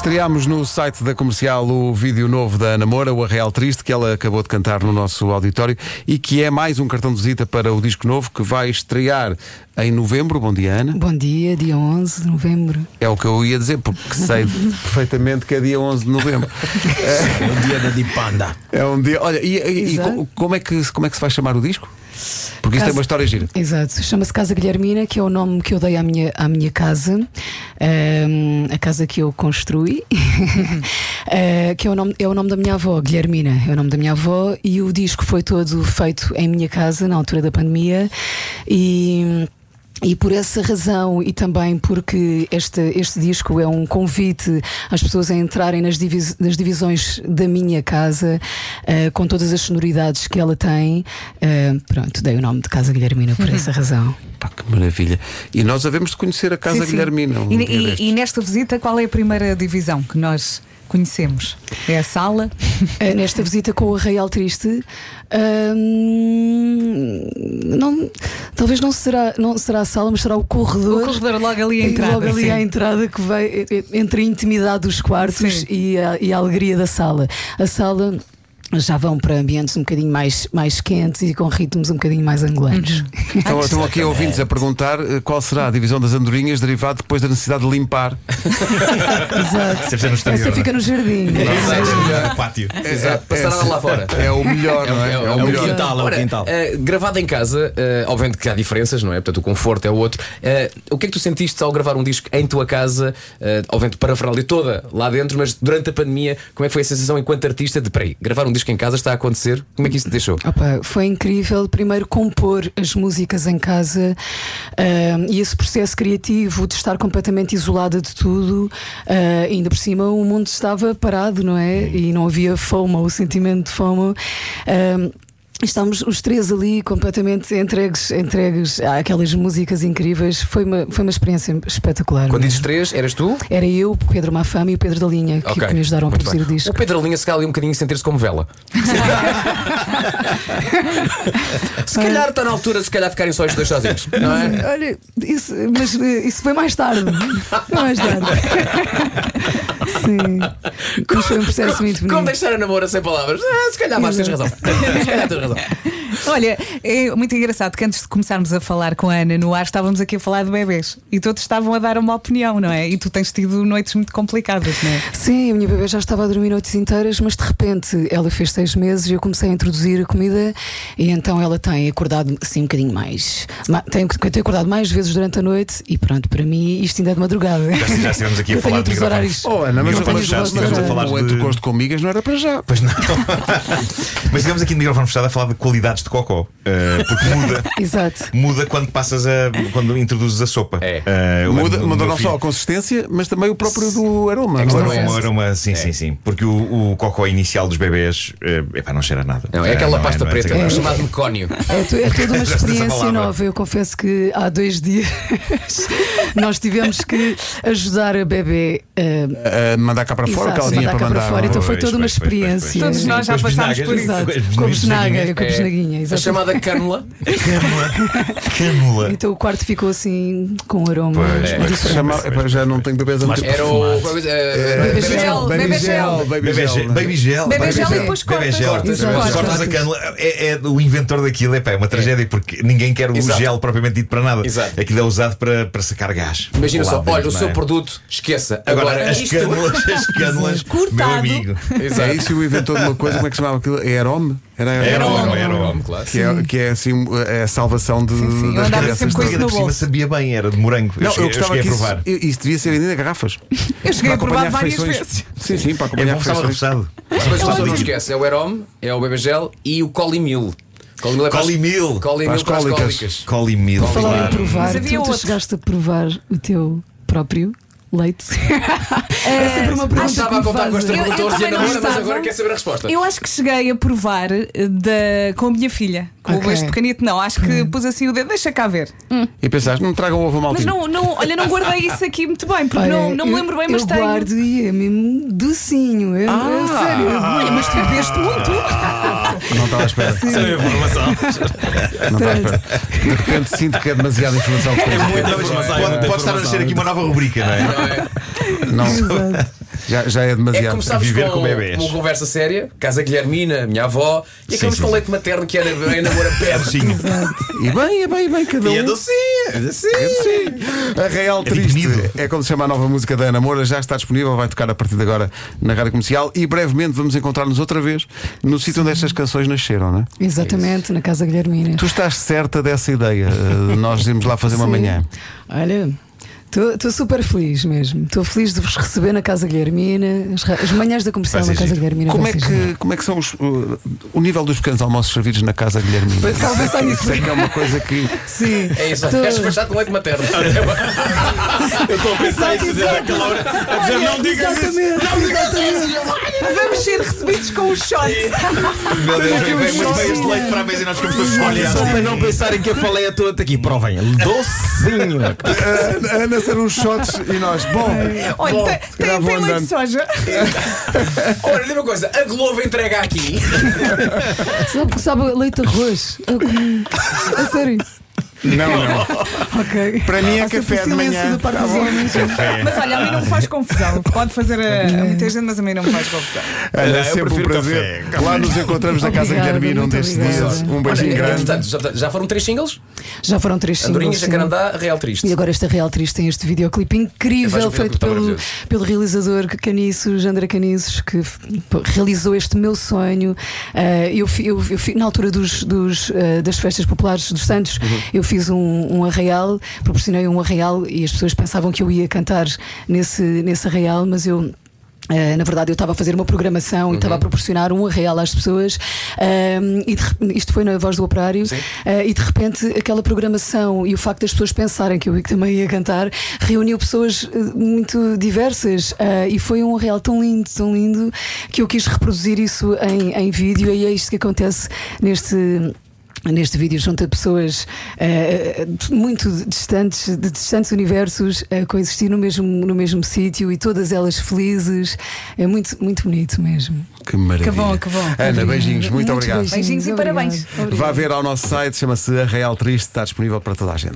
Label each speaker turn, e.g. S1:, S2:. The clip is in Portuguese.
S1: Estreámos no site da comercial o vídeo novo da Ana Moura, o Arreal Triste, que ela acabou de cantar no nosso auditório e que é mais um cartão de visita para o disco novo que vai estrear em novembro. Bom dia, Ana.
S2: Bom dia, dia 11 de novembro.
S1: É o que eu ia dizer, porque sei perfeitamente que é dia 11 de novembro.
S3: Um dia da Dipanda.
S1: É um dia. Olha, e, e- e
S2: Exato.
S1: co- como, é que, como é que se vai chamar o disco? Porque isto é
S2: Casa-
S1: uma história gira.
S2: Exato, chama-se Casa Guilhermina, que é o nome que eu dei à minha, à minha casa, Ahm, a casa que eu construí, Ah, que é o, nome, é o nome da minha avó, Guilhermina, é o nome da minha avó, e o disco foi todo feito em minha casa na altura da pandemia e. E por essa razão, e também porque este, este disco é um convite às pessoas a entrarem nas, divis- nas divisões da minha casa, eh, com todas as sonoridades que ela tem, eh, pronto, dei o nome de Casa Guilhermina por essa razão.
S1: Pá, que maravilha. E nós havemos de conhecer a Casa
S4: Sim, sim.
S1: Guilhermina. um
S4: E,
S1: dia
S4: e-
S1: destes.
S4: e nesta visita, qual é a primeira divisão que nós conhecemos? É a sala?
S2: Eh, Nesta visita com o Arraial Triste, hum, não, talvez não será, não será a sala, mas será o corredor.
S4: O corredor logo ali à
S2: E
S4: entrada.
S2: logo ali
S4: sim.
S2: à entrada que vai eh, eh, entre a intimidade dos quartos
S4: Sim.
S2: e a, e a alegria da sala. A sala já vão para ambientes um bocadinho mais, mais quentes e com ritmos um bocadinho mais angolanos.
S4: Uhum.
S2: Então,
S1: Estão, Então, estão aqui ouvintes a perguntar eh, qual será a divisão das andorinhas derivada depois da necessidade de limpar.
S2: Exato.
S5: Deve ser no exterior,
S2: Essa fica no jardim. é?
S5: No pátio.
S6: Exato, É, passará lá fora.
S1: É o melhor, não é?
S3: é o melhor. quintal, é o
S6: Ora,
S3: quintal.
S6: eh, gravado em casa, eh, obviamente que há diferenças, não é? Portanto, o conforto é o outro. Eh, o que é que tu sentiste ao gravar um disco em tua casa, eh, obviamente para a Ferrari toda lá dentro, mas durante a pandemia, como é que foi a sensação enquanto artista de peraí, gravar um disco em casa está a acontecer? Como é que isso te deixou?
S2: Opa, foi incrível primeiro compor as músicas em casa ahm, e esse processo criativo de estar completamente isolada de tudo, ah, ainda por cima o mundo estava parado, não é? E não havia FOMO, o sentimento de FOMO. Ahm, Estávamos os três ali completamente entregues, entregues àquelas músicas incríveis. Foi uma, foi uma experiência espetacular.
S6: Quando dizes
S2: mesmo.
S6: três, eras tu?
S2: Era eu, o Pedro Mafama e o Pedro da Linha que,
S6: Ok,
S2: que me ajudaram a
S6: muito
S2: produzir
S6: bem.
S2: o disco.
S6: O Pedro Linha se calhar ali um bocadinho a sentir-se como vela. se calhar está na altura de se calhar ficarem só os dois sozinhos, não é?
S2: Mas, Olha, isso, mas eh, isso foi mais tarde. Foi mais tarde. Sim. Mas foi um processo
S6: como,
S2: muito bonito.
S5: é
S6: como deixar a namora sem palavras? Ah, se calhar mais tens razão. se calhar tens razão.
S4: Olha, é muito engraçado que antes de começarmos a falar com a Ana no ar, estávamos aqui a falar de bebês e todos estavam a dar uma opinião, não é? E tu tens tido noites muito complicadas, não é?
S2: Sim, a minha bebê já estava a dormir noites inteiras, mas de repente ela fez seis meses e eu comecei a introduzir a comida e então ela tem acordado assim um bocadinho mais. ma- Tem, tem acordado mais vezes durante a noite e pronto, para mim isto ainda é de madrugada.
S5: Já estivemos aqui a
S2: Eu tenho
S5: falar de
S2: outros
S5: microfones.
S2: horários.
S1: Oh, Ana, mas,
S2: é
S5: Microfones
S1: mas,
S5: fechados,
S1: mas,
S5: estivemos a falar
S1: o
S5: de-
S1: entrecosto com migas não era para já.
S5: Pois não. Mas estivemos aqui no microfone fechado a falar de qualidades de cocó. eh, porque muda.
S2: Exato.
S5: Muda quando passas a. quando introduzes a sopa.
S6: É.
S5: Eh, eu
S1: Muda,
S5: lembro do
S1: muda
S5: meu
S1: não só
S5: filho-
S1: a consistência, mas também o próprio do aroma.
S6: questão
S1: não é?
S6: é
S5: Um
S6: essa.
S5: aroma, sim, sim, sim. Porque o, o cocó inicial dos bebés eh, epá, não cheira a nada.
S6: Não, é
S5: Eh,
S6: aquela
S5: não
S6: pasta
S5: não
S6: preta,
S5: não
S6: chamada mecónio.
S2: É, to- é toda uma
S5: Gosto dessa
S2: experiência
S5: palavra.
S2: nova. Eu confesso que há dois dias nós tivemos que ajudar a bebê eh, a
S1: Ah, mandar cá para fora, o que ela
S2: Exato,
S1: tinha
S2: mandar
S1: para
S2: cá para
S1: mandar.
S2: fora. Então foi
S5: Pois,
S2: toda uma
S5: pois, pois, pois, pois.
S2: experiência.
S4: Todos nós já
S5: Com as
S4: passámos por
S5: bisnagas.
S4: isso.
S2: Exato.
S5: As
S2: Com a
S5: bisnagas.
S2: bisnaga, com a bisnaguinha,
S6: É, a
S2: exato.
S6: chamada cânula.
S5: Cânula.
S2: Então o quarto ficou assim com um aroma.
S5: É.
S1: É
S5: Pois, é.
S2: diferente.
S5: pois, pois.
S1: Chamar- Epá, já não tenho bebês há muito
S6: Era
S1: tempo.
S6: o. qual é a coisa? Eh,
S4: Bebê gel, bebê gel.
S1: baby
S5: Bebê
S1: gel. é?
S5: gel, baby gel,
S4: Bebê
S5: baby
S4: gel e
S5: gel,
S4: depois
S5: bebê
S4: cortas.
S5: gel.
S4: Cortas,
S5: Exato.
S2: cortas.
S5: Cortas a cânula. É, é o inventor daquilo, epá, é uma tragédia porque ninguém quer o
S6: Exato.
S5: gel propriamente dito para nada.
S6: Exato.
S5: Aquilo é usado para, para sacar gás.
S6: Imagina
S5: Lá
S6: só,
S5: dentro,
S6: olha, o
S5: não é?
S6: seu produto, esqueça.
S5: Agora, é
S6: Agora,
S5: as
S6: isto.
S5: cânulas, as cânulas, meu
S4: Cortado.
S5: amigo.
S1: É isso e o inventor de uma coisa, como é que chamava aquilo? Aerome? Era
S6: É
S5: Era
S1: aerome.
S5: homem, era homem.
S6: Nome, um claro.
S1: Que é, que é assim é a salvação de,
S4: sim, eu
S1: das
S4: andava
S1: crianças.
S4: sempre com isso no
S5: Mas ainda por cima
S4: bolso.
S5: sabia bem, era de morango.
S1: Não,
S5: cheguei-
S1: eu gostava
S5: cheguei
S1: que
S5: a
S1: isso,
S5: provar.
S1: isso devia ser vendido em garrafas.
S4: Eu cheguei
S1: Para
S4: a provar
S1: acompanhar
S4: várias
S1: refeições.
S4: vezes.
S1: Sim, sim, para
S5: É
S1: acompanhar
S5: bom estava
S1: refeições.
S5: roçado.
S6: As coisas que a pessoa não esquece. É o Herom, é o Bebegel e o Colimil. Colimil é para as-
S5: Colimil.
S6: Colimil
S1: Para as
S6: para as
S1: cólicas.
S6: cólicas.
S5: Colimil.
S2: Falar em
S5: claro.
S2: provar,
S4: Mas
S2: tu,
S4: havia
S2: tu
S4: outro.
S2: chegaste a provar o teu próprio leite. É sempre uma
S6: Ah,
S2: pergunta.
S6: estava a
S2: que me
S6: contar com esta
S2: fazem.
S4: Eu- eu
S6: pergunta e a
S4: também não
S6: namora, mas
S4: estava.
S6: agora quer saber a resposta.
S4: Eu acho que cheguei a provar eh, da, com a minha filha, com
S2: Ok.
S4: o este pequenito, não. Acho que pus assim o dedo, deixa cá ver.
S1: E pensaste, não tragam um ovo
S4: Mas
S1: maltinho.
S4: não, não, olha, não guardei isso aqui muito bem, porque
S2: Olha,
S4: não, não me
S2: eu-
S4: lembro bem, mas
S2: eu
S4: tenho.
S2: guardo e é mesmo docinho. Eu, eu,
S5: Ah!
S2: sério, eu- tipo,
S4: Mas tu bebeste muito.
S1: Não estava à espera. Não estava à espera. De repente sinto que é demasiada informação que temos.
S5: Pode, pode estar a nascer aqui uma nova rubrica, não é?
S6: Não é?
S1: Não,
S2: Exato.
S1: Já, já é
S6: É que
S1: demasiado.
S6: começámos
S5: viver
S6: com,
S5: com bebés.
S6: uma conversa séria, casa Guilhermina, minha avó, e
S5: Sim,
S6: acabamos
S5: sim,
S6: com
S5: sim.
S6: leite materno que era em namoro a pé.
S5: Docinho.
S1: E bem, é bem, é bem, cada um.
S5: E é docinho. É
S1: É
S5: docinho.
S1: sim. A Real Triste
S5: dignido.
S1: é como se chama a nova música da Ana Moura, já está disponível, vai tocar a partir de agora na rádio comercial e brevemente vamos encontrar-nos outra vez no sítio onde estas canções nasceram, não é?
S2: Exatamente, na Casa Guilhermina.
S1: Tu estás certa dessa ideia? eh, Nós irmos lá fazer uma
S2: Sim.
S1: manhã.
S2: Olha. Estou super feliz mesmo. Estou feliz de vos receber na Casa Guilhermina, as, ra- as manhãs da comercial
S5: Vai
S2: na
S5: ser
S2: Casa
S5: giro.
S2: Guilhermina.
S1: Como
S2: vai
S1: é,
S2: ser giro.
S1: que, como é que são os, uh, o nível dos pequenos almoços servidos na casa Guilherme?
S2: estava a pensar nisso.
S1: Isso é que é uma coisa que.
S2: Sim.
S6: É isso,
S2: Tô-
S6: queres despachar com leite materno.
S5: Eu estou a pensar isso desde aquela hora. A dizer, não digas isso.
S2: Exatamente.
S4: Vamos ser recebidos com um shot.
S1: É,
S5: Meu Deus, vem vem umas
S2: Sim.
S5: meias de leite para a mesa e nós ficamos todos molhados.
S3: Só para não pensarem que eu falei a toda aqui, provem. Docinho.
S1: A Ana ser uns shots e nós. Bom,
S4: Olha,
S1: bom,
S4: tem-
S1: se calhar
S4: tem,
S1: vou
S4: tem leite de
S1: andando.
S4: soja.
S6: Olha, diga uma coisa, a Globo entrega aqui.
S2: Sabe, sabe leite de arroz? Eu comi. A sério.
S1: Não, não.
S2: Ok.
S1: Para mim é
S2: Passa por
S1: café de
S2: silêncio
S1: manhã. tá
S2: da parte dos homens.
S4: Mas olha, a mim não me faz confusão. Pode fazer a, a muita gente, mas a mim não me faz confusão.
S1: Ana, é
S5: Eu
S1: sempre um
S5: prefiro
S1: prazer.
S5: café.
S1: Lá nos encontramos na casa
S2: tipo- Obrigada,
S1: Guilhermina um
S2: muito
S1: destes
S2: obrigada.
S1: dias. Um beijinho
S6: Olha,
S1: grande.
S6: entretanto, já, já foram três singles?
S2: Já foram três
S6: Andorinha,
S2: singles. sim.
S6: Jacarandá, Real
S2: E
S6: Triste.
S2: agora esta Real Triste tem este videoclipe
S6: Vais ver
S2: incrível
S6: o
S2: feito
S6: videoclipe, tá
S2: pelo,
S6: maravilhoso.
S2: pelo realizador Caniços, André Caniços, que f- pô, realizou este meu sonho. Ah, eu, fi- eu, eu fi- na altura dos, dos, ah, das festas populares dos Santos,
S6: Uhum.
S2: eu fiz um, um arraial, proporcionei um arraial e as pessoas pensavam que eu ia cantar nesse, nesse arraial, mas eu. Uh, na verdade, eu estava a fazer uma programação e estava a proporcionar um real às pessoas, um, e de rep- isto foi na voz do operário, uh, e de repente aquela programação e o facto das pessoas pensarem que eu ia- que também ia cantar reuniu pessoas uh, muito diversas uh, e foi um real tão lindo, tão lindo, que eu quis reproduzir isso em, em vídeo, e é isto que acontece neste. Neste vídeo junta pessoas eh, muito distantes, de distantes universos, a coexistir no mesmo, no mesmo sítio e todas elas felizes. É muito, muito bonito mesmo.
S1: Que maravilha.
S4: Que bom, que bom.
S1: Ana, beijinhos. Muito
S2: Muitos
S1: obrigado.
S4: Beijinhos e
S2: obrigada.
S4: parabéns.
S1: Vá ver ao nosso site, chama-se A Real Triste, está disponível para toda a gente.